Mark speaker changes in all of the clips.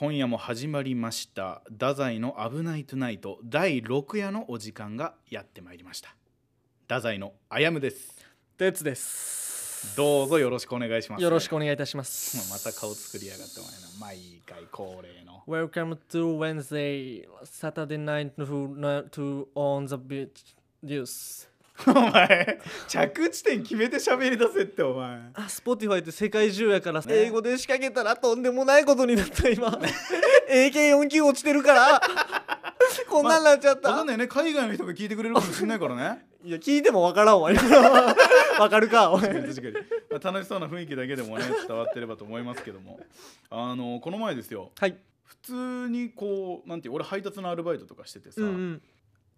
Speaker 1: 今夜も始まりました「太宰の危ないトゥナイト」第6夜のお時間がやってまいりました太宰のあやむです
Speaker 2: 哲です
Speaker 1: どうぞよろしくお願いします
Speaker 2: よろしくお
Speaker 1: 願い
Speaker 2: 願いいたしま
Speaker 1: ますあまた顔作りやがってお前な毎回恒例の
Speaker 2: Welcome to Wednesday Saturday night to on the beach news
Speaker 1: お前着地点決めて喋り出せってお前
Speaker 2: あ Spotify って世界中やから、
Speaker 1: ね
Speaker 2: 英語で仕掛けたらとんでもないことになった今 AK49 落ちてるから こんなんなっちゃっ
Speaker 1: わ
Speaker 2: た、
Speaker 1: かんないよね海外の人が聞いてくれるかもしれないからね
Speaker 2: いや聞いてもわから んわ今わかるかおい
Speaker 1: 確かに、まあ、楽しそうな雰囲気だけでもね伝わってればと思いますけどもあのこの前ですよ
Speaker 2: はい
Speaker 1: 普通にこうなんていう俺配達のアルバイトとかしててさ、
Speaker 2: うんうん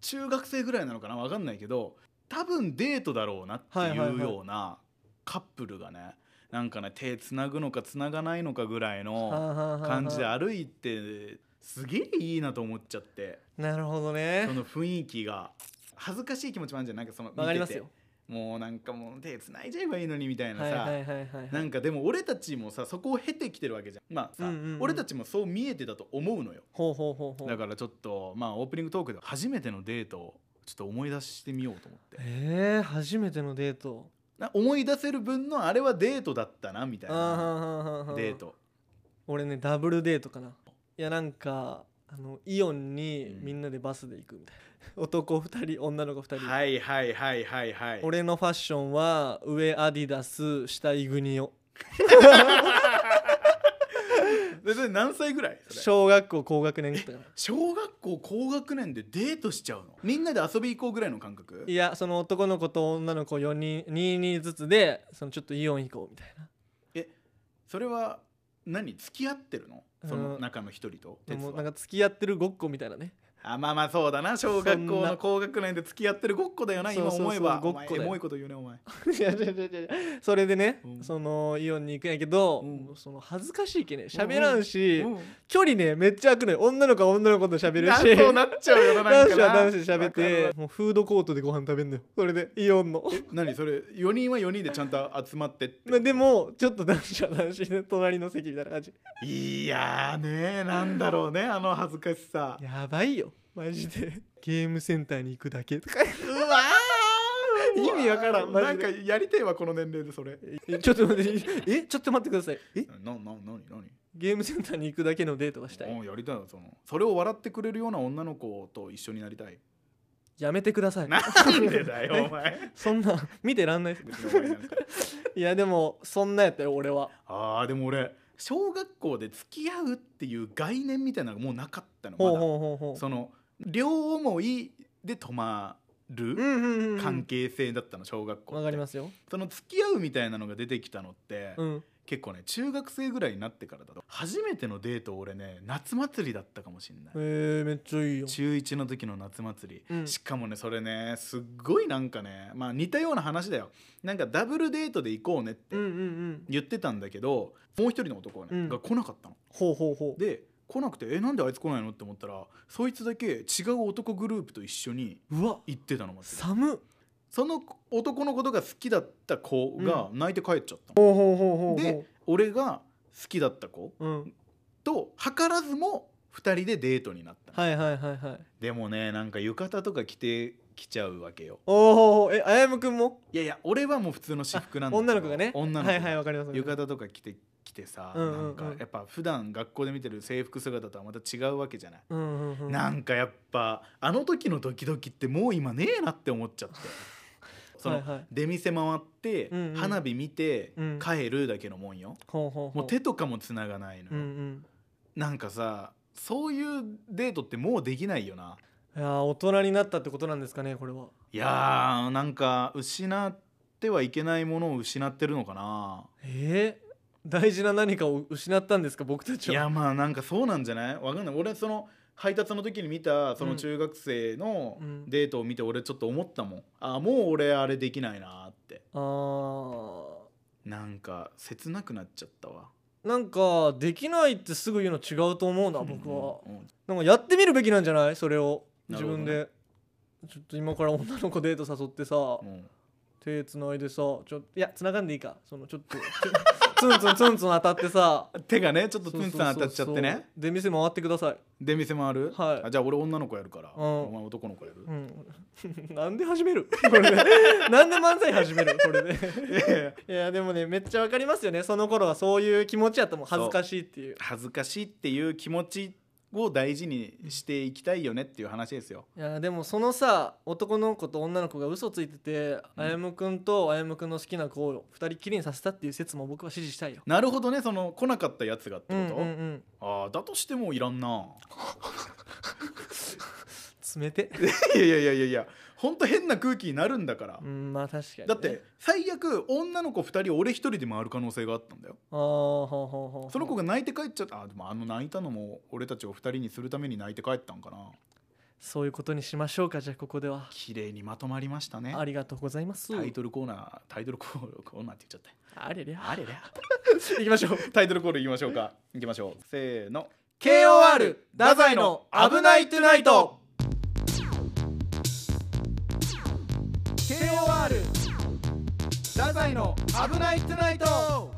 Speaker 1: 中学生ぐらいなのかな分かんないけど多分デートだろうなって
Speaker 2: はいはい
Speaker 1: い
Speaker 2: は
Speaker 1: う
Speaker 2: い
Speaker 1: ようなカップルがねなんかね手つなぐのかつながないのかぐらいの感
Speaker 2: 感
Speaker 1: じで歩いてすげえいいなと思っちゃって
Speaker 2: なるほどね
Speaker 1: その雰囲気が恥ずかしい気持ちもあるんじゃんなんかその見て
Speaker 2: わ
Speaker 1: て
Speaker 2: かりますよ
Speaker 1: もうなんかもう手つないじゃえばいいのにみたいな
Speaker 2: はい
Speaker 1: さ、
Speaker 2: はいはいはい
Speaker 1: なんかでも俺たちもさそこを経てきてるわけじゃんまあさ、
Speaker 2: うんうんうん
Speaker 1: 俺たちもそう見えてたと思うのよ
Speaker 2: ほうほうほうほう
Speaker 1: だからちょっとまあオープニングトークで初めてのデートをちょっと思い出してみようと思って
Speaker 2: えー、初めてのデート
Speaker 1: な思い出せる分のあれはデートだったなみたいな
Speaker 2: あ
Speaker 1: デート
Speaker 2: 俺ねダブルデートかないやなんかあのイオンに
Speaker 1: うん
Speaker 2: みんなでバスで行くみたいな、 男2人女の子2人、
Speaker 1: はいはいはいはいはい
Speaker 2: 俺のファッションは上アディダス下イグニオ
Speaker 1: でで何歳ぐらいそれ
Speaker 2: 小学校高学年だった かな
Speaker 1: 小学校高学年でデートしちゃうのみんなで遊び行こうぐらいの感覚
Speaker 2: いやその男の子と女の子4人2人ずつでそのちょっとイオン行こうみたいな
Speaker 1: それは何付き合ってるのその
Speaker 2: うん
Speaker 1: 中の一人と
Speaker 2: で
Speaker 1: 哲
Speaker 2: もなん
Speaker 1: は
Speaker 2: か付き合ってるごっこみたいなね
Speaker 1: あまあまあそうだな小学校
Speaker 2: そん
Speaker 1: の
Speaker 2: な
Speaker 1: 高学年で付き合ってるごっこだよな今
Speaker 2: そうそうそう
Speaker 1: 思えば
Speaker 2: ご
Speaker 1: お
Speaker 2: っこだ
Speaker 1: 前
Speaker 2: よ
Speaker 1: エ モいこと言うねお 前
Speaker 2: いやいやいやいやいやそれでね、
Speaker 1: うん
Speaker 2: そのイオンに行くんやけど、
Speaker 1: うん
Speaker 2: もうその恥ずかしいけね喋らんし、
Speaker 1: うん
Speaker 2: 距離ねめっちゃ開くのよ女の子は女の子と喋る
Speaker 1: な
Speaker 2: し
Speaker 1: そうなっちゃうよななん
Speaker 2: 男
Speaker 1: か
Speaker 2: 子
Speaker 1: な
Speaker 2: は男子で喋っ
Speaker 1: わかるわ
Speaker 2: てもうフードコートでご飯食べんのよそれでイオンの
Speaker 1: 何それ4人は4人でちゃんと集まってって
Speaker 2: まあでもちょっと男子は男子で隣の席みたいな感じ
Speaker 1: いやーねーなんだろうねあの恥ずかしさ
Speaker 2: やばいよマジでゲームセンターに行くだけとか
Speaker 1: うわー
Speaker 2: 意味わからんマ
Speaker 1: なん
Speaker 2: ジで
Speaker 1: かやりてえわこの年齢でそれ
Speaker 2: えちょっと待ってえちょっと待ってくださいえ
Speaker 1: なな何何
Speaker 2: ゲームセンターに行くだけのデートがしたい
Speaker 1: うんやりたいよそのそれを笑ってくれるような女の子と一緒になりたい
Speaker 2: やめてください
Speaker 1: なんでだよお前
Speaker 2: そんな見てらんないです
Speaker 1: 別にお前なんか
Speaker 2: いやでもそんなやったよ俺は
Speaker 1: あーでも俺小学校で付き合うっていう概念みたいなのがもうなかったのま
Speaker 2: ほう
Speaker 1: だ
Speaker 2: ほうほうほう
Speaker 1: その両思いで止まる、
Speaker 2: うんうんうんうん
Speaker 1: 関係性だったの小学校って
Speaker 2: わかりますよ
Speaker 1: その付き合うみたいなのが出てきたのって、
Speaker 2: うん
Speaker 1: 結構ね中学生ぐらいになってからだと初めてのデート俺ね夏祭りだったかもしんない、
Speaker 2: へえめっちゃいいよ
Speaker 1: 中1の時の夏祭り、
Speaker 2: うん
Speaker 1: しかもねそれねすっごいなんかねまあ似たような話だよなんかダブルデートで行こうねっ
Speaker 2: うんうん
Speaker 1: て
Speaker 2: うん
Speaker 1: 言ってたんだけど、もう一人の男はね、
Speaker 2: うん
Speaker 1: が来なかったの
Speaker 2: ほうほうほう
Speaker 1: で来なくてえなんであいつ来ないのって思ったらそいつだけ違う男グループと一緒に
Speaker 2: うわ
Speaker 1: 行ってたの祭り
Speaker 2: 寒っ
Speaker 1: その男のことが好きだった子が泣いて帰っちゃったの、
Speaker 2: ほうほうほうほうほう
Speaker 1: で俺が好きだった子
Speaker 2: うん、
Speaker 1: と図らずも2人でデートになったの、
Speaker 2: はいはいはいはい
Speaker 1: でもねなんか浴衣とか着てきちゃうわけよ
Speaker 2: おーほうほうえあやむくんも
Speaker 1: いやいや俺はもう普通の私服なんだけど
Speaker 2: 女の子がね
Speaker 1: 女の子
Speaker 2: はいはい
Speaker 1: が
Speaker 2: わかりますわかり
Speaker 1: 浴
Speaker 2: ます
Speaker 1: 衣とか着てきてさ、
Speaker 2: うんうんうん
Speaker 1: なんかやっぱ普段学校で見てる制服姿とはまた違うわけじゃない、
Speaker 2: うんうんうん
Speaker 1: なんかやっぱあの時のドキドキってもう今ねえなって思っ ちゃってその、
Speaker 2: はいはい
Speaker 1: 出店回って、
Speaker 2: うんうん
Speaker 1: 花火見て、
Speaker 2: うん
Speaker 1: 帰るだけのもんよ
Speaker 2: ほうほうほう
Speaker 1: もう手とかもつながないのよ、
Speaker 2: うんうん
Speaker 1: なんかさそういうデートってもうできないよない
Speaker 2: やー大人になったってことなんですかねこれはい
Speaker 1: やーなんか失ってはいけないものを失ってるのかな
Speaker 2: えー、大事な何かを失ったんですか僕たち
Speaker 1: い
Speaker 2: は
Speaker 1: やまあなんかそうなんじゃないわかんない俺その配達の時に見たその
Speaker 2: うん
Speaker 1: 中学生の
Speaker 2: うん
Speaker 1: デートを見て俺ちょっと思ったもんあもう俺あれできないなーって
Speaker 2: あー
Speaker 1: なんか切なくなっちゃったわ
Speaker 2: なんかできないってすぐ言うの違うと思うな僕は、
Speaker 1: うんうん
Speaker 2: なんかやってみるべきなんじゃないそれを
Speaker 1: な
Speaker 2: 自
Speaker 1: るほどね
Speaker 2: 分で、ちょっと今から女の子デート誘ってさ、
Speaker 1: うん
Speaker 2: 手つないでさちょいやつながんでいいかそのちょっとちょツンツンツンツン当たって さ
Speaker 1: 手がねちょっとツンツン当たっちゃって
Speaker 2: そうそうそう
Speaker 1: ね
Speaker 2: で店回ってください
Speaker 1: 出店回る、
Speaker 2: はい
Speaker 1: あじゃあ俺女の子やるから、
Speaker 2: うん
Speaker 1: お前男の子やる
Speaker 2: う、んなん で始めるこれで なんで漫才始めるこれでいやでもねめっちゃわかりますよねその頃はそういう気持ちやったもん恥ずかしいっていう
Speaker 1: 恥ずかしいっていう気持ちを大事にしていきたいよねっていう話ですよ
Speaker 2: いやでもそのさ男の子と女の子が嘘ついてて、
Speaker 1: うん
Speaker 2: あやむくんとあやむくんの好きな子を二人きりにさせたっていう説も僕は支持したいよ。
Speaker 1: なるほどねその来なかったやつがって
Speaker 2: うん
Speaker 1: こ
Speaker 2: う
Speaker 1: と、
Speaker 2: んうん、
Speaker 1: ああだとしてもいらん な
Speaker 2: 冷て、
Speaker 1: いやいやいやいやいやほんと変な空気になるんだから、
Speaker 2: うん、まあ確かにね、
Speaker 1: だって最悪女の子2人俺1人で回る可能性があったんだよ
Speaker 2: あーほうほうほう
Speaker 1: その子が泣いて帰っちゃったあでもあの泣いたのも俺たちを2人にするために泣いて帰ったんかな
Speaker 2: そういうことにしましょうかじゃあここでは、
Speaker 1: 綺麗にまとまりましたね
Speaker 2: ありがとうございます
Speaker 1: タイトルコーナータイトルコールコーナーって言っちゃっ
Speaker 2: あれりゃ
Speaker 1: たあれれ
Speaker 2: 行きま しょう
Speaker 1: タイトルコールいきましょうかいきましょうせーの
Speaker 2: KOR 太宰の危ないトゥナイト
Speaker 1: KOR 太宰の危ないトゥナイト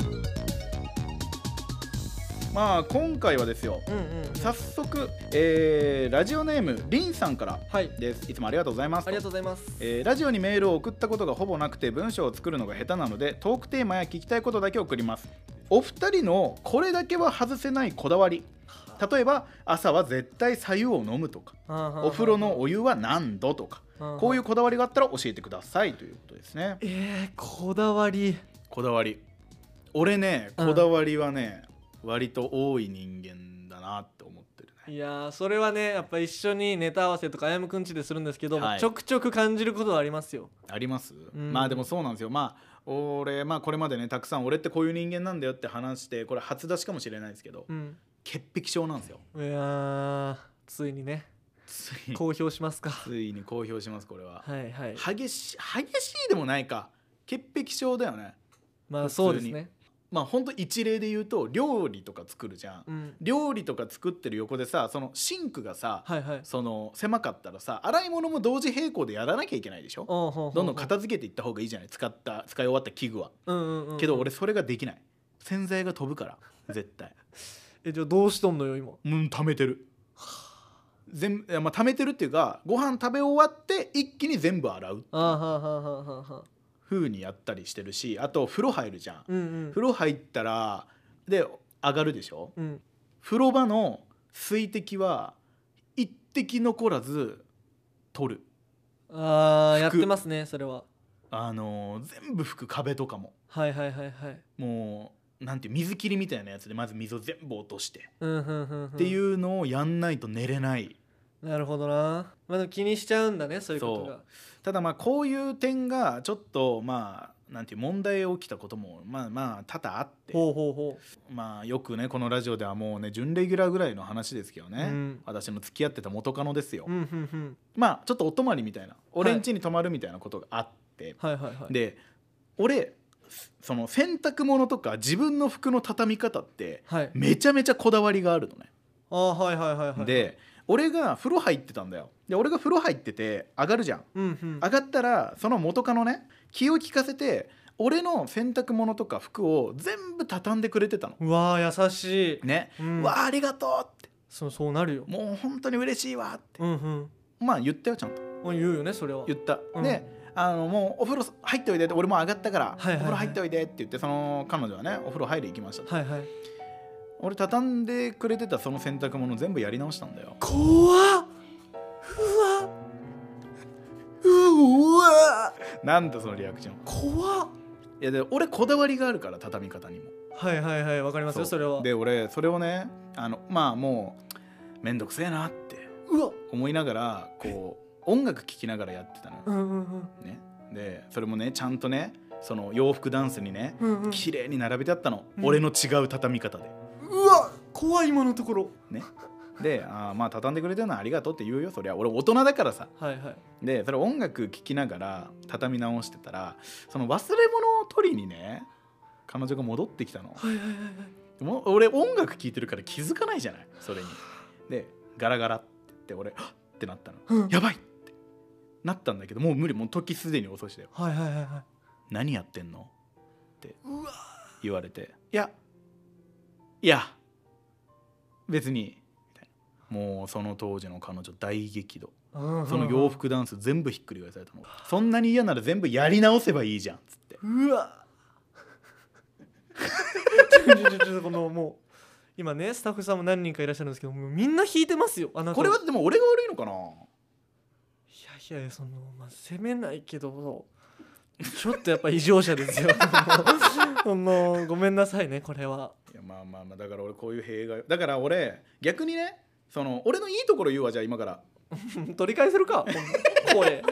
Speaker 1: まあ今回はですよ
Speaker 2: うんうんうん
Speaker 1: 早速、えーラジオネームりんさんから
Speaker 2: はい
Speaker 1: ですいつもありがとうございます
Speaker 2: ありがとうございます
Speaker 1: えーラジオにメールを送ったことがほぼなくて文章を作るのが下手なのでトークテーマや聞きたいことだけ送りますお二人のこれだけは外せないこだわり例えば朝は絶対白湯を飲むとかお風呂のお湯は何度とかこういううこだわりがあったら教えてくださいということですね
Speaker 2: えー、こだわり
Speaker 1: こだわり俺ね
Speaker 2: うん
Speaker 1: こだわりはね、割と多い人間だなって思ってるね
Speaker 2: いやーそれはねやっぱ一緒にネタ合わせとかあやむくんちでするんですけど、
Speaker 1: はい
Speaker 2: ちょくちょく感じることはありますよ
Speaker 1: あります、
Speaker 2: うん
Speaker 1: まあでもそうなんですよまあ俺まあこれまでねたくさん俺ってこういう人間なんだよって話してこれ初出しかもしれないですけど、
Speaker 2: うん
Speaker 1: 潔癖症なんですよ
Speaker 2: いやーついにね
Speaker 1: ついに
Speaker 2: 公表しますか
Speaker 1: ついに公表しますこれは
Speaker 2: はいはい
Speaker 1: 激し激しいでもないか潔癖症だよね
Speaker 2: まあ
Speaker 1: 普通
Speaker 2: そうです
Speaker 1: に
Speaker 2: ね
Speaker 1: まあほんと一例で言うと料理とか作るじゃん、
Speaker 2: うん
Speaker 1: 料理とか作ってる横でさそのシンクがさ、
Speaker 2: はいはい
Speaker 1: その狭かったらさ洗い物も同時並行でやらなきゃいけないでしょ
Speaker 2: おうほうほうほう
Speaker 1: どんどん片付けていった方がいいじゃない使った使い終わった器具は
Speaker 2: うんうんうん
Speaker 1: けど俺それができない洗剤が飛ぶ から絶対
Speaker 2: えじゃあどうしとんのよ今
Speaker 1: うん溜めてる全部いやまあ溜めてるっていうかご飯食べ終わって一気に全部洗う
Speaker 2: あーはーはーはーはーはー
Speaker 1: 風にやったりしてるしあと風呂入るじゃん
Speaker 2: うんうん
Speaker 1: 風呂入ったらで上がるでしょ
Speaker 2: うん
Speaker 1: 風呂場の水滴は一滴残らず取る
Speaker 2: あーやっ
Speaker 1: 服
Speaker 2: てますねそれは
Speaker 1: あのー全部拭く壁とかも
Speaker 2: はいはいはいはい
Speaker 1: もうなんていう水切りみたいなやつでまず水を全部落として、
Speaker 2: うんうんうん
Speaker 1: っていううのをやんないと寝れない
Speaker 2: んなるほどなまあでも気にしちゃうんだねそういうことが
Speaker 1: ただまあこういう点がちょっとまあなんていう問題起きたこともまあまあ多々あって
Speaker 2: ほうほうほ
Speaker 1: まあよくねこのラジオではもうね準レギュラーぐらいの話ですけどね、
Speaker 2: うん
Speaker 1: 私の付き合ってた元カノですよ、
Speaker 2: ううんうんうん
Speaker 1: まあちょっとお泊まりみたいな俺ん家に泊まるみたいなことがあって、
Speaker 2: はいはいはい
Speaker 1: で俺その洗濯物とか自分の服の畳み方って
Speaker 2: はい
Speaker 1: めちゃめちゃこだわりがあるのね、
Speaker 2: あーはいはいはいはい
Speaker 1: で俺が風呂入ってたんだよで俺が風呂入ってて上がるじゃん
Speaker 2: うんうん
Speaker 1: 上がったらその元カノね気を利かせて俺の洗濯物とか服を全部畳んでくれてたの
Speaker 2: うわー優しい
Speaker 1: ね、
Speaker 2: うん
Speaker 1: わあありがとうって
Speaker 2: そうそうなるよ
Speaker 1: もう本当に嬉しいわって
Speaker 2: うんうん
Speaker 1: まあ言ったよちゃんと
Speaker 2: あ言うよねそれは
Speaker 1: 言った、
Speaker 2: うん
Speaker 1: であのもうお風呂入っておいでって俺もう上がったから、
Speaker 2: はいはいはい
Speaker 1: お風呂入っておいでって言ってその彼女はねお風呂入り行きましたと、
Speaker 2: はいはい
Speaker 1: 俺畳んでくれてたその洗濯物全部やり直したんだよ
Speaker 2: 怖っうわうわ
Speaker 1: なんだそのリアクション
Speaker 2: 怖っ
Speaker 1: いやで俺こだわりがあるから畳み方にも
Speaker 2: はいはいはいわかりますよ
Speaker 1: う
Speaker 2: それは
Speaker 1: で俺それをねあのまあもうめんどくせえなって
Speaker 2: うわ
Speaker 1: 思いながらこう音楽聴きながらやってたのよ
Speaker 2: う、んうんうん
Speaker 1: ね、でそれもねちゃんとねその洋服ダンスにね
Speaker 2: うんうん
Speaker 1: 綺麗に並べてあったの、
Speaker 2: うん
Speaker 1: 俺の違う畳み方で
Speaker 2: うわ怖い今のところ
Speaker 1: ねであーまあ畳んでくれてるのはありがとうって言うよそりゃ俺大人だからさ
Speaker 2: はいはい
Speaker 1: でそれ音楽聴きながら畳み直してたらその忘れ物を取りにね彼女が戻ってきたの
Speaker 2: はいはいはいはい
Speaker 1: もう俺音楽聴いてるから気づかないじゃないそれにでガラガラって言って俺はっってなったの
Speaker 2: うん
Speaker 1: やばいってなったんだけどもう無理もう時すでに遅いしだよ
Speaker 2: はいはいはいはい
Speaker 1: 何やってんのって
Speaker 2: うわ
Speaker 1: 言われていやいや別にみたいなもうその当時の彼女大激怒その洋服ダンス全部ひっくり返されたのそんなに嫌なら全部やり直せばいいじゃんっつって
Speaker 2: うわちょちょちょちょこのもう今ねスタッフさんも何人かいらっしゃるんですけどもうみんな弾いてますよあなた
Speaker 1: これはでも俺が悪いのかない
Speaker 2: やいやその、まあ、責めないけどちょっとやっぱ異常者 ですよそのごめんなさいねこれはい
Speaker 1: やまあまあまあだから俺こういう弊害だから俺逆にねその俺のいいところ言うわじゃあ今から
Speaker 2: 取り返せるかこれ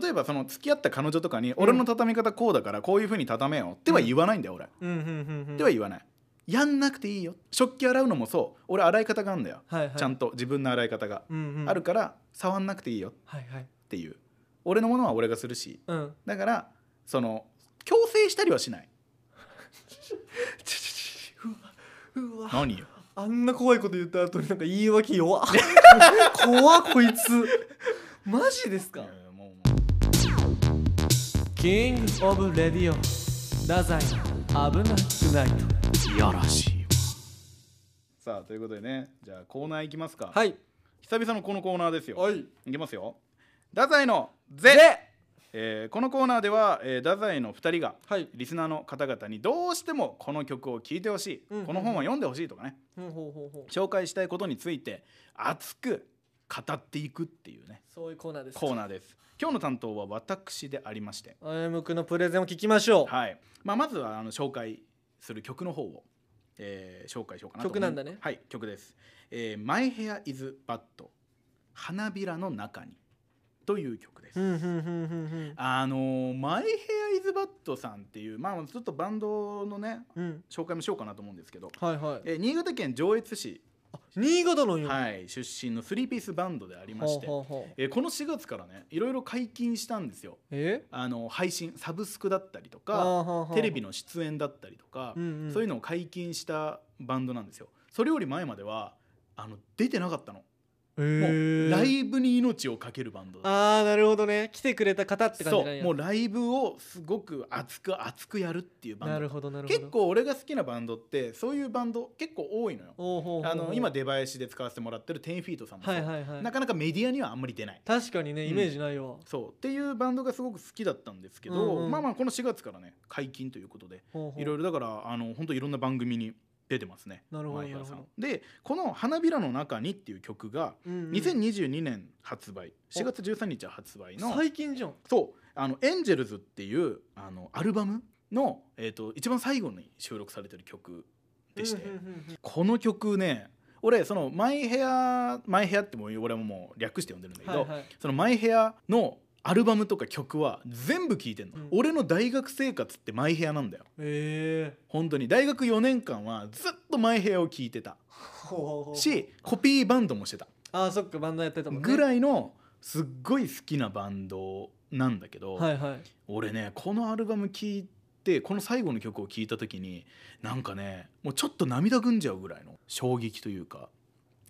Speaker 1: 例えばその付き合った彼女とかに俺の畳み方こうだからこういうふうに畳めよっては言わないんだよ俺、
Speaker 2: うんうんうんうん
Speaker 1: では言わないやんなくていいよ食器洗うのもそう俺洗い方があるんだよ、
Speaker 2: はいはい
Speaker 1: ちゃんと自分の洗い方が、
Speaker 2: うんうん
Speaker 1: あるから触んなくていいよっ
Speaker 2: はいはい
Speaker 1: ていう俺のものは俺がするし
Speaker 2: うん
Speaker 1: だからその強制したりはしない
Speaker 2: ちょちょちょうわうわ
Speaker 1: 何よ
Speaker 2: あんな怖いこと言った後になんか言い訳 弱怖っこいつマジですか
Speaker 1: も
Speaker 2: キングオブレディオダザイ危なくないと
Speaker 1: うやらしいわさあということでねじゃあコーナーいきますか、
Speaker 2: はい
Speaker 1: 久々のこのコーナーですよ
Speaker 2: はい
Speaker 1: いきますよ太宰の
Speaker 2: で
Speaker 1: ぜえーこのコーナーでは、えー、太宰の2人が
Speaker 2: はい
Speaker 1: リスナーの方々にどうしてもこの曲を聴いてほしい、
Speaker 2: うん
Speaker 1: この本は読んでほしいとかね
Speaker 2: ほうほうほうほう
Speaker 1: 紹介したいことについて熱く語っていくっていうね
Speaker 2: そういうコーナーです
Speaker 1: コーナーです今日の担当は私でありまして、
Speaker 2: あやむくんのプレゼンを聞きましょう、
Speaker 1: はいまあ、まずはあの紹介する曲の方を、えー紹介しようかなと思い
Speaker 2: 曲なんだね
Speaker 1: はい曲です「えー、My Hair is Bad 花びらの中に」という曲です
Speaker 2: ふんふんふんふんふん
Speaker 1: あのーマイ・ヘア・イズ・バットさんっていう、まあ、ちょっとバンドのね
Speaker 2: うん
Speaker 1: 紹介もしようかなと思うんですけど、
Speaker 2: はいはい
Speaker 1: えー新潟県上越市、
Speaker 2: 新潟のよ
Speaker 1: はい、出身の3ピースバンドでありま
Speaker 2: ほ
Speaker 1: し
Speaker 2: う
Speaker 1: て、
Speaker 2: ほうほう
Speaker 1: えーこの4月からねいろいろ解禁したんですよ
Speaker 2: え
Speaker 1: あの配信サブスクだったりと
Speaker 2: あ
Speaker 1: か
Speaker 2: ーはーはー
Speaker 1: テレビの出演だったりとか、
Speaker 2: うんうん
Speaker 1: そういうのを解禁したバンドなんですよそれより前まではあの出てなかったの
Speaker 2: へ
Speaker 1: もう
Speaker 2: ー
Speaker 1: ライブに命を懸けるバンドだった
Speaker 2: ああなるほどね来てくれた方って感じなん
Speaker 1: そう
Speaker 2: や
Speaker 1: もうライブをすごく熱く熱くやるっていうバンド
Speaker 2: なるほどなるほど
Speaker 1: 結構俺が好きなバンドってそういうバンド結構多いのよ
Speaker 2: おうほうほうほう
Speaker 1: あの今出囃子で使わせてもらってる10フィートさんもそう、
Speaker 2: はいはいはい
Speaker 1: なかなかメディアにはあんまり出ない
Speaker 2: 確かにね
Speaker 1: うん
Speaker 2: イメージないわ、
Speaker 1: そうっていうバンドがすごく好きだったんですけど、
Speaker 2: うんうん
Speaker 1: まあまあこの4月からね解禁ということで
Speaker 2: ほうほう
Speaker 1: いろいろだからあの本当いろんな番組に出てますね
Speaker 2: なるほど
Speaker 1: マイヤーさ
Speaker 2: なる
Speaker 1: ん
Speaker 2: ほ
Speaker 1: でこの「花びらの中に」っていう曲が
Speaker 2: うんうん
Speaker 1: 2022年発売4月13日発売の
Speaker 2: 最近じゃん
Speaker 1: そうあのエンジェルズっていうあのアルバムの、えー、と一番最後に収録されてる曲でして、
Speaker 2: うんうんうんうん
Speaker 1: この曲ね俺その「マイ・ヘア」「マイ・ヘア」ってもう俺ももう略して呼んでるんだけど、
Speaker 2: はいはい
Speaker 1: その「マイ・ヘア」のアルバムとか曲は全部聴いてんの、
Speaker 2: うん
Speaker 1: 俺の大学生活って「マイ・ヘア」なんだよ
Speaker 2: ええ
Speaker 1: 本当に大学4年間はずっと「マイ・ヘア」を聴いてた
Speaker 2: ほうほうほう
Speaker 1: しコピーバンドもしてた
Speaker 2: あーそっかバンドやってたもんね
Speaker 1: ぐ
Speaker 2: い
Speaker 1: らいのすっごい好きなバンドなんだけど、
Speaker 2: はいはい
Speaker 1: 俺ねこのアルバム聴いてこの最後の曲を聴いた時になんかねもうちょっと涙ぐんじゃうぐらいの衝撃というか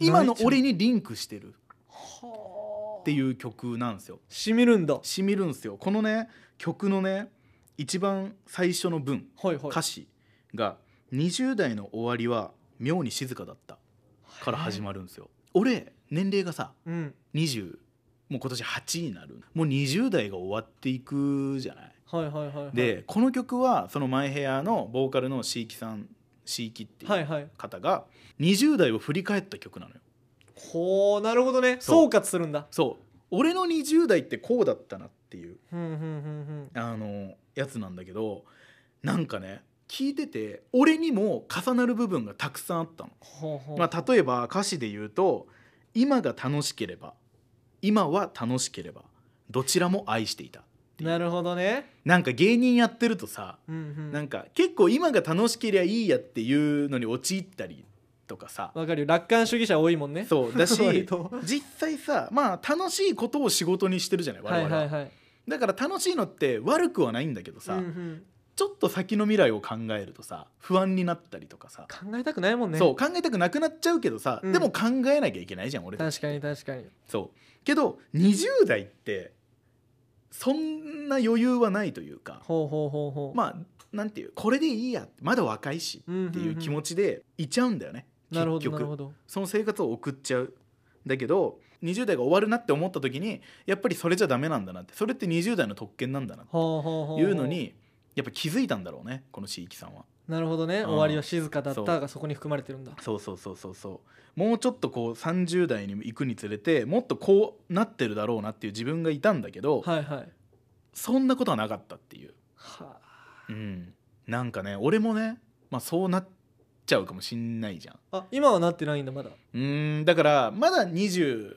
Speaker 1: 今の俺にリンクしてる
Speaker 2: は
Speaker 1: って
Speaker 2: う
Speaker 1: いう曲なんですよ
Speaker 2: しみるんだは
Speaker 1: しみるんですよこのね曲のね一番最初の文
Speaker 2: いはい
Speaker 1: 歌詞が「20代の終わりは妙に静かだった」から始まるんですよ俺年齢がさ
Speaker 2: うん
Speaker 1: 20もう今年8になるもう20代が終わっていくじゃない
Speaker 2: はいはいはいはい
Speaker 1: でこの曲はそのマイヘアのボーカルの椎木さん椎木ってい
Speaker 2: はいうはい
Speaker 1: 方が20代を振り返った曲なのよ
Speaker 2: ほうなるほどね
Speaker 1: そ
Speaker 2: 総
Speaker 1: う
Speaker 2: 括するんだ
Speaker 1: そう俺の20代ってこうだったなっていう
Speaker 2: ふんふんふんふん
Speaker 1: あのやつなんだけどなんかね聞いてて俺にも重なる部分がたくさんあったの、
Speaker 2: ほうほう
Speaker 1: まあ、例えば歌詞で言うと「今が楽しければ今は楽しければどちらも愛していた」
Speaker 2: なるほどね
Speaker 1: なんか芸人やってるとさ
Speaker 2: うんうん
Speaker 1: なんか結構今が楽しけりゃいいやっていうのに陥ったりとかさ
Speaker 2: わかるよ楽観主義者多いもんね
Speaker 1: そうだ
Speaker 2: 割
Speaker 1: し
Speaker 2: と
Speaker 1: 実際さまあ楽しいことを仕事にしてるじゃない我
Speaker 2: はい
Speaker 1: 々は
Speaker 2: はいはい
Speaker 1: だから楽しいのって悪くはないんだけどさ、
Speaker 2: うんうん
Speaker 1: ちょっと先の未来を考えるとさ不安になったりとかさ、
Speaker 2: 考えたくないもんね
Speaker 1: そう考えたくなくなっちゃうけどさ、
Speaker 2: うん
Speaker 1: でも考えなきゃいけないじゃん俺たち
Speaker 2: 確かに確かに
Speaker 1: そうけど20代ってそんな余裕はないというか
Speaker 2: ほうほうほうほう、
Speaker 1: まあなんていうこれでいいやまだ若いし
Speaker 2: うんうんうん
Speaker 1: っていう気持ちでいちゃうんだよね、
Speaker 2: なるほ
Speaker 1: 結
Speaker 2: どなるほ
Speaker 1: 局
Speaker 2: ど
Speaker 1: その生活を送っちゃうだけど20代が終わるなって思った時にやっぱりそれじゃダメなんだなってそれって20代の特権なんだなっ
Speaker 2: ほうほうほうほ
Speaker 1: ていうのにやっぱ気づいたんだろうねこの椎木さんは。
Speaker 2: なるほどね、
Speaker 1: うん
Speaker 2: 終わりは静かだっ
Speaker 1: そう
Speaker 2: たがそこに含まれてるんだ
Speaker 1: そうそうそうそうそうもうちょっとこう30代に行くにつれてもっとこうなってるだろうなっていう自分がいたんだけど、
Speaker 2: はいはい
Speaker 1: そんなことはなかったっていう、
Speaker 2: は
Speaker 1: うん、なんかね俺もね、まあ、そうなっちゃうかもしんないじゃん
Speaker 2: ああ今はなってないんだまだ
Speaker 1: うーんだからまだ28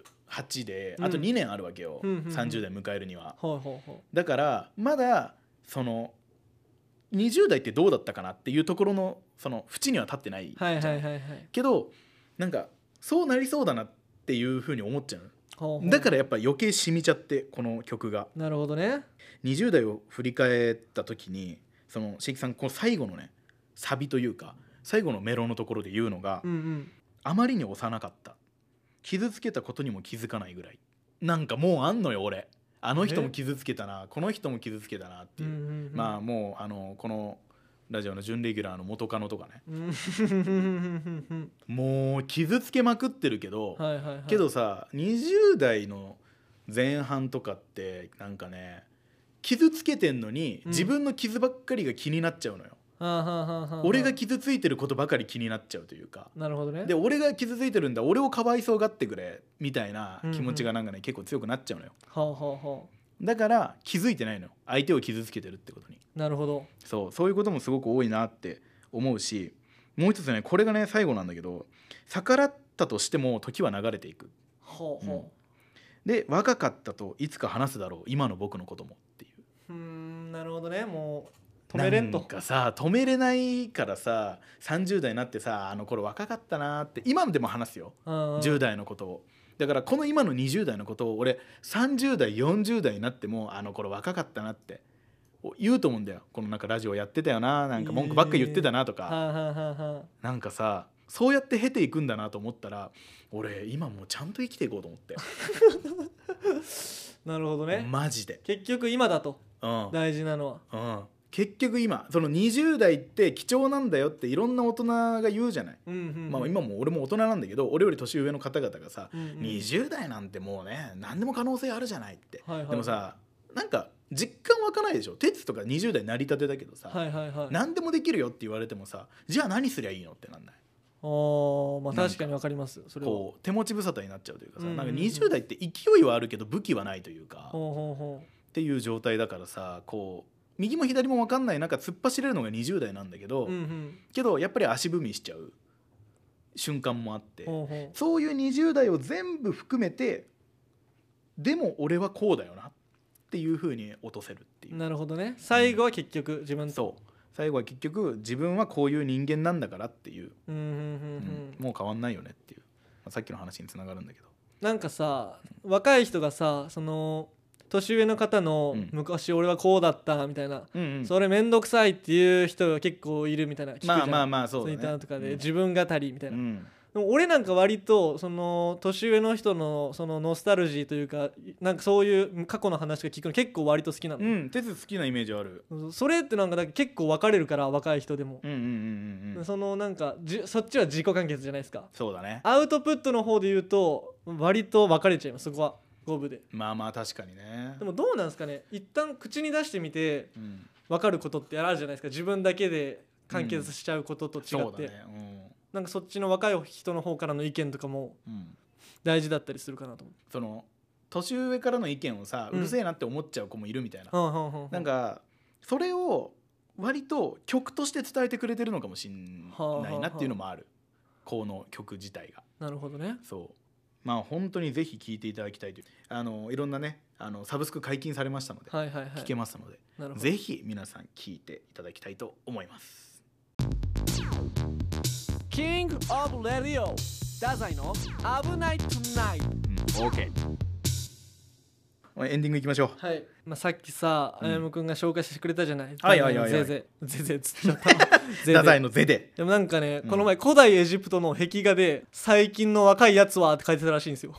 Speaker 1: であと
Speaker 2: うん
Speaker 1: 2年あるわけよ、
Speaker 2: うんうんうん
Speaker 1: 30代迎えるには
Speaker 2: ほうほうほ
Speaker 1: だからまだその20代ってどうだったかなっていうところのその縁には立ってないう
Speaker 2: はいはいはいはい
Speaker 1: けどなんかそうなりそうだなっていうふうに思っちゃう
Speaker 2: ほうほう
Speaker 1: だからやっぱ余計染みちゃってこの曲が
Speaker 2: なるほどね
Speaker 1: 20代を振り返った時にその椎木さんこの最後のねサビというか最後のメロのところで言うのが、
Speaker 2: うんうん
Speaker 1: あまりに幼かった傷つけたことにも気づかないぐらいなんかもうあんのよ俺あの人も傷つけたなこの人も傷つけたなって
Speaker 2: う
Speaker 1: い
Speaker 2: ん
Speaker 1: う、
Speaker 2: うんうん
Speaker 1: まあもうあのこのラジオの準レギュラーの元カノとかね
Speaker 2: うんうん
Speaker 1: もう傷つけまくってるけど、
Speaker 2: はいはいはい
Speaker 1: けどさ20代の前半とかってなんかね傷つけてんのに
Speaker 2: うん
Speaker 1: 自分の傷ばっかりが気になっちゃうのよ、
Speaker 2: はあはあはあはあ
Speaker 1: 俺が傷ついてることばかり気になっちゃうというか
Speaker 2: なるほどね
Speaker 1: で俺が傷ついてるんだ俺をかわいそうがってくれみたいな気持ちがなんかね、結構強くなっちゃうのよ
Speaker 2: ほうほうほ
Speaker 1: だから気づいてないのよ相手を傷つけてるってことに
Speaker 2: うなるほど
Speaker 1: そうそういうこともすごく多いなって思うしもう一つねこれがね最後なんだけど逆らったとしても時は流れていく
Speaker 2: ほう
Speaker 1: うん
Speaker 2: ほ
Speaker 1: で若かったといつか話すだろう今の僕のこともっていう
Speaker 2: ううーんなるほどねもう止めれん
Speaker 1: な
Speaker 2: と
Speaker 1: んかさ止めれないからさ30代になってさあの頃若かったなって今でも話すよ
Speaker 2: うんうん
Speaker 1: 10代のことをだからこの今の20代のことを俺30代40代になってもあの頃若かったなって言うと思うんだよこのなんかラジオやってたよななんか文句ばっか言ってたなと
Speaker 2: は
Speaker 1: か、
Speaker 2: あはあはあはあ
Speaker 1: なんかさそうやって経ていくんだなと思ったら俺今もうちゃんと生きていこうと思って、
Speaker 2: なるほどね
Speaker 1: マジで、
Speaker 2: 結局今だと
Speaker 1: うん
Speaker 2: 大事なの
Speaker 1: う
Speaker 2: は
Speaker 1: ん、結局今その20代って貴重なんだよっていろんな大人が言うじゃない、
Speaker 2: うんうんうん
Speaker 1: まあ、今も俺も大人なんだけど俺より年上の方々がさ、
Speaker 2: うんうん
Speaker 1: 20代なんてもうね何でも可能性あるじゃないって、
Speaker 2: はいはい
Speaker 1: でもさなんか実感湧かないでしょ哲とか20代成り立てだけどさ、
Speaker 2: はいはいはい
Speaker 1: 何でもできるよって言われてもさじゃあ何すりゃいいのってなんない
Speaker 2: おまあ
Speaker 1: なんか
Speaker 2: 確かにわかりますそれは
Speaker 1: こう手持ち無沙汰になっちゃうというかさ、
Speaker 2: うんうんうん
Speaker 1: なんか20代って勢いはあるけど武器はないというか、っ
Speaker 2: ほうほうほ
Speaker 1: ていう状態だからさこう右も左も分かんない中突っ走れるのが20代なんだけど、
Speaker 2: ううんうん
Speaker 1: けどやっぱり足踏みしちゃう瞬間もあって、
Speaker 2: ほうほう
Speaker 1: そういう20代を全部含めてでも俺はこうだよなっていうふうに落とせるっていう
Speaker 2: なるほどね最後は結局自分と
Speaker 1: そう最後は結局自分はこういう人間なんだからっていう、
Speaker 2: うんうんうんう
Speaker 1: うん
Speaker 2: ん
Speaker 1: もう変わんないよねっていう、まあさっきの話につながるんだけど
Speaker 2: なんかさ若い人がさその年上の方の
Speaker 1: うん
Speaker 2: 昔俺はこうだったみたいな、
Speaker 1: うんうん、
Speaker 2: それ面倒くさいっていう人が結構いるみたいな聞くじゃん
Speaker 1: まあまあまあそうだね
Speaker 2: ツイッターとかで
Speaker 1: うん
Speaker 2: 自分語りみたいな、
Speaker 1: うん
Speaker 2: でも俺なんか割とその年上の人のそのノスタルジーというかなんかそういう過去の話が聞くの結構割と好きな
Speaker 1: う
Speaker 2: の、
Speaker 1: ん、鉄好きなイメージある
Speaker 2: それってなんかだから結構分かれるから若い人でも、
Speaker 1: うんうんうんうんうん
Speaker 2: そのなんかじそっちは自己完結じゃないですか
Speaker 1: そうだね
Speaker 2: アウトプットの方で言うと割と分かれちゃいますそこは五分で
Speaker 1: まあまあ確かにね
Speaker 2: でもどうなんですかね一旦口に出してみて
Speaker 1: うん、
Speaker 2: 分かることってあるじゃないですか自分だけで完結しちゃうことと違って、
Speaker 1: そうだね
Speaker 2: なんかそっちの若い人の方からの意見とかも
Speaker 1: うん、うん、
Speaker 2: 大事だったりするかなと思
Speaker 1: その年上からの意見をさ
Speaker 2: う
Speaker 1: うんるせえなって思っちゃう子もいるみたいな、
Speaker 2: う、う
Speaker 1: なんかそれを割と曲として伝えてくれてるのかもしんないなっていうのもある、この曲自体が
Speaker 2: なるほどね
Speaker 1: そうまあ本当にぜひ聴いていただきたいというあのいろんなねあのサブスク解禁されましたので、
Speaker 2: はいはいはい
Speaker 1: 聴けますので
Speaker 2: なるほど
Speaker 1: ぜひ皆さん聴いていただきたいと思います
Speaker 2: キングオブレディオダザイの危ないトゥナイト
Speaker 1: うん OK エンディングいきましょう
Speaker 2: はい、まあ、さっきさ、
Speaker 1: うん
Speaker 2: あやむくんが紹介してくれたじゃない。
Speaker 1: はいはいはいはい
Speaker 2: ぜいぜい。ぜいぜいつっち ゃった。ぜいぜい
Speaker 1: 太宰の「ゼ」で
Speaker 2: でもなんかね、
Speaker 1: うん
Speaker 2: この前古代エジプトの壁画で最近の若いやつはって書いてたらしいんですよ。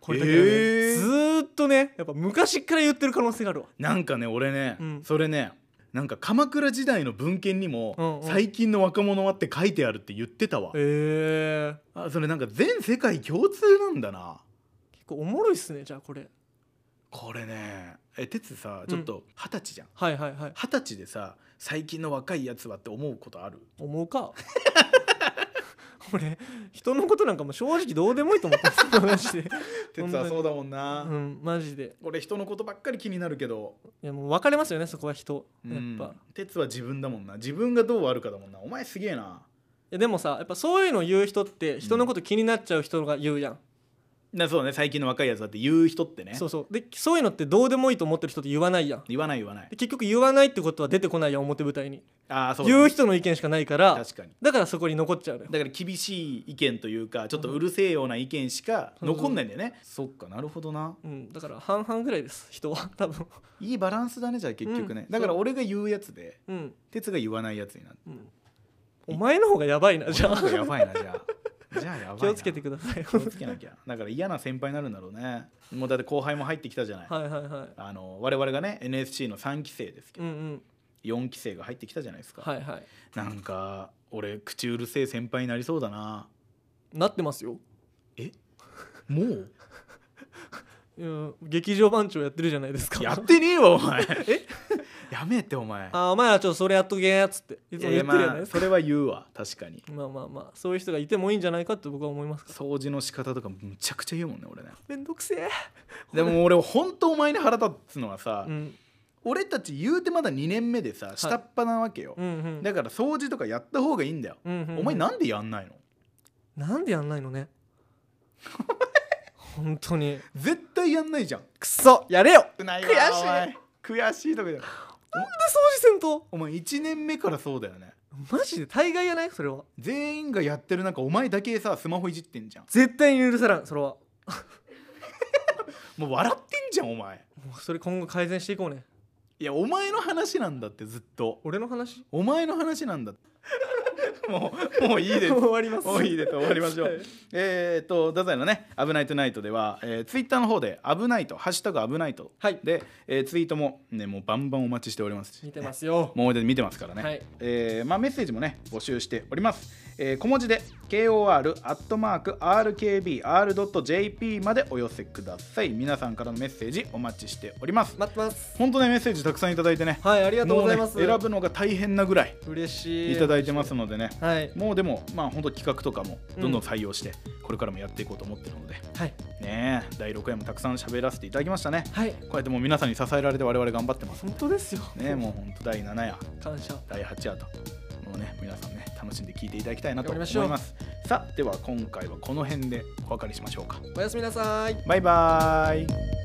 Speaker 2: これだけはね、
Speaker 1: えー
Speaker 2: ずーっとねやっぱ昔から言ってる可能性があるわ
Speaker 1: なんかね俺ね、
Speaker 2: うん
Speaker 1: それねなんか鎌倉時代の文献にも、
Speaker 2: うんうん
Speaker 1: 最近の若者はって書いてあるって言ってたわ
Speaker 2: ええ
Speaker 1: あそれなんか全世界共通なんだな
Speaker 2: 結構おもろいっすねじゃあこれ
Speaker 1: これねえ哲さちょっと二十歳じゃん
Speaker 2: はいはいはい
Speaker 1: 二十歳でさ最近の若いやつはって思うことある
Speaker 2: 思うか 俺人のことなんかもう正直どうでもいいと思ってますマジ で
Speaker 1: 哲は
Speaker 2: 本当に
Speaker 1: そうだもんな、
Speaker 2: うんマジで
Speaker 1: 俺人のことばっかり気になるけど
Speaker 2: いやもう分かれますよねそこは人やっぱ、
Speaker 1: やっ
Speaker 2: い
Speaker 1: ぱ哲は自分だもんな自分がどうあるかだもんなお前すげえな
Speaker 2: やでもさやっぱそういうの言う人って人のこと気になっちゃう人が言うやん、
Speaker 1: なそうね最近の若いやつだって言う人ってね
Speaker 2: そうそうでそういうのってどうでもいいと思ってる人って言わないやん
Speaker 1: 言わない言わない
Speaker 2: で結局言わないってことは出てこないやん表舞台に
Speaker 1: ああそうだ
Speaker 2: 言う人の意見しかないから
Speaker 1: 確かに
Speaker 2: だからそこに残っちゃうのよ
Speaker 1: だから厳しい意見というかちょっとうるせえような意見しか残んないんだよね、そっかなるほどな
Speaker 2: うん、だから半々ぐらいです人は 多分
Speaker 1: いいバランスだねじゃあ結局ね、
Speaker 2: うん
Speaker 1: だから俺が言うやつで
Speaker 2: うん、
Speaker 1: 哲が言わないやつになって
Speaker 2: うん、お前の方がやばいなじゃあ
Speaker 1: やばいなじゃ あじゃあやばいな
Speaker 2: 気をつけてください
Speaker 1: 気をつけなきゃだから嫌な先輩になるんだろうねもうだって後輩も入ってきたじゃない、
Speaker 2: はいはいはい
Speaker 1: あの我々がね NSC の3期生ですけ
Speaker 2: うん
Speaker 1: ど、
Speaker 2: うん
Speaker 1: 4期生が入ってきたじゃないですか、
Speaker 2: はいはい
Speaker 1: なんか俺口うるせえ先輩になりそうだな
Speaker 2: なってますよ、
Speaker 1: もう
Speaker 2: うん、劇場番長やってるじゃないですか
Speaker 1: やってねえわお前
Speaker 2: え
Speaker 1: やめてお前
Speaker 2: あお前らちょっとそれやっとけーっつっていつも言ってるじゃない
Speaker 1: まあ
Speaker 2: ですか、
Speaker 1: それは言うわ確かに
Speaker 2: まあ、まあまあそういう人がいてもいいんじゃないかって僕は思いますから
Speaker 1: 掃除の仕方とかむちゃくちゃ言うもんね 俺ね
Speaker 2: めんどくせえ、
Speaker 1: でも俺本当お前に腹立つのはさ、
Speaker 2: うん、
Speaker 1: 俺たち言うてまだ2年目でさ下っ端なわけよ、
Speaker 2: うんうん
Speaker 1: だから掃除とかやった方がいいんだよ、
Speaker 2: うんうんうん
Speaker 1: お前なんでやんないの
Speaker 2: なんでやんないのね本当に
Speaker 1: 絶対やんないじゃん
Speaker 2: くそやれよなんで
Speaker 1: 悔
Speaker 2: わお前
Speaker 1: 悔しいとかじゃ
Speaker 2: 掃除せんと
Speaker 1: お前1年目からそうだよね
Speaker 2: マジで大概やないそれは
Speaker 1: 全員がやってる中お前だけさスマホいじってんじゃん
Speaker 2: 絶対に許さらんそれは
Speaker 1: もう笑ってんじゃんお前
Speaker 2: もうそれ今後改善していこうね
Speaker 1: いやお前の話なんだってずっと
Speaker 2: 俺の話
Speaker 1: お前の話なんだもうもういいです
Speaker 2: 終わ ります
Speaker 1: もういいです終わりましょう、
Speaker 2: はい
Speaker 1: えーっと太宰のね「危ないトゥナイト」では、えー、ツイッターの方で「危ないと」「ハッシュタグ危ないと」
Speaker 2: はい
Speaker 1: で、えーツイートもねもうバンバンお待ちしております
Speaker 2: 見て
Speaker 1: ね
Speaker 2: ますよ
Speaker 1: もうで見てますからね、
Speaker 2: はい
Speaker 1: えーまあ、メッセージもね募集しております、えー小文字で kor.rkbr.jp までお寄せください皆さんからのメッセージお待ちしております
Speaker 2: 待ってます
Speaker 1: 本当ねメッセージたくさんいただいてね
Speaker 2: はいありがとうございます、
Speaker 1: もうね選ぶのが大変なぐらい
Speaker 2: 嬉しい
Speaker 1: いただいてますのでね
Speaker 2: はい
Speaker 1: もうでもまあ本当企画とかもどんどん採用して、これからもやっていこうと思ってるので
Speaker 2: はい
Speaker 1: ねえ第6回もたくさん喋らせていただきましたね
Speaker 2: はい
Speaker 1: こうやってもう皆さんに支えられて我々頑張ってます
Speaker 2: 本当ですよ
Speaker 1: ねえもう本当第7夜
Speaker 2: 感謝
Speaker 1: 第8話ともうね皆さんね楽しんで聞いていただきたいなと
Speaker 2: 頑張
Speaker 1: 思
Speaker 2: り
Speaker 1: いま
Speaker 2: ましょう
Speaker 1: すさあでは今回はこの辺でお別れしましょうか
Speaker 2: おやすみなさい
Speaker 1: バイバーイ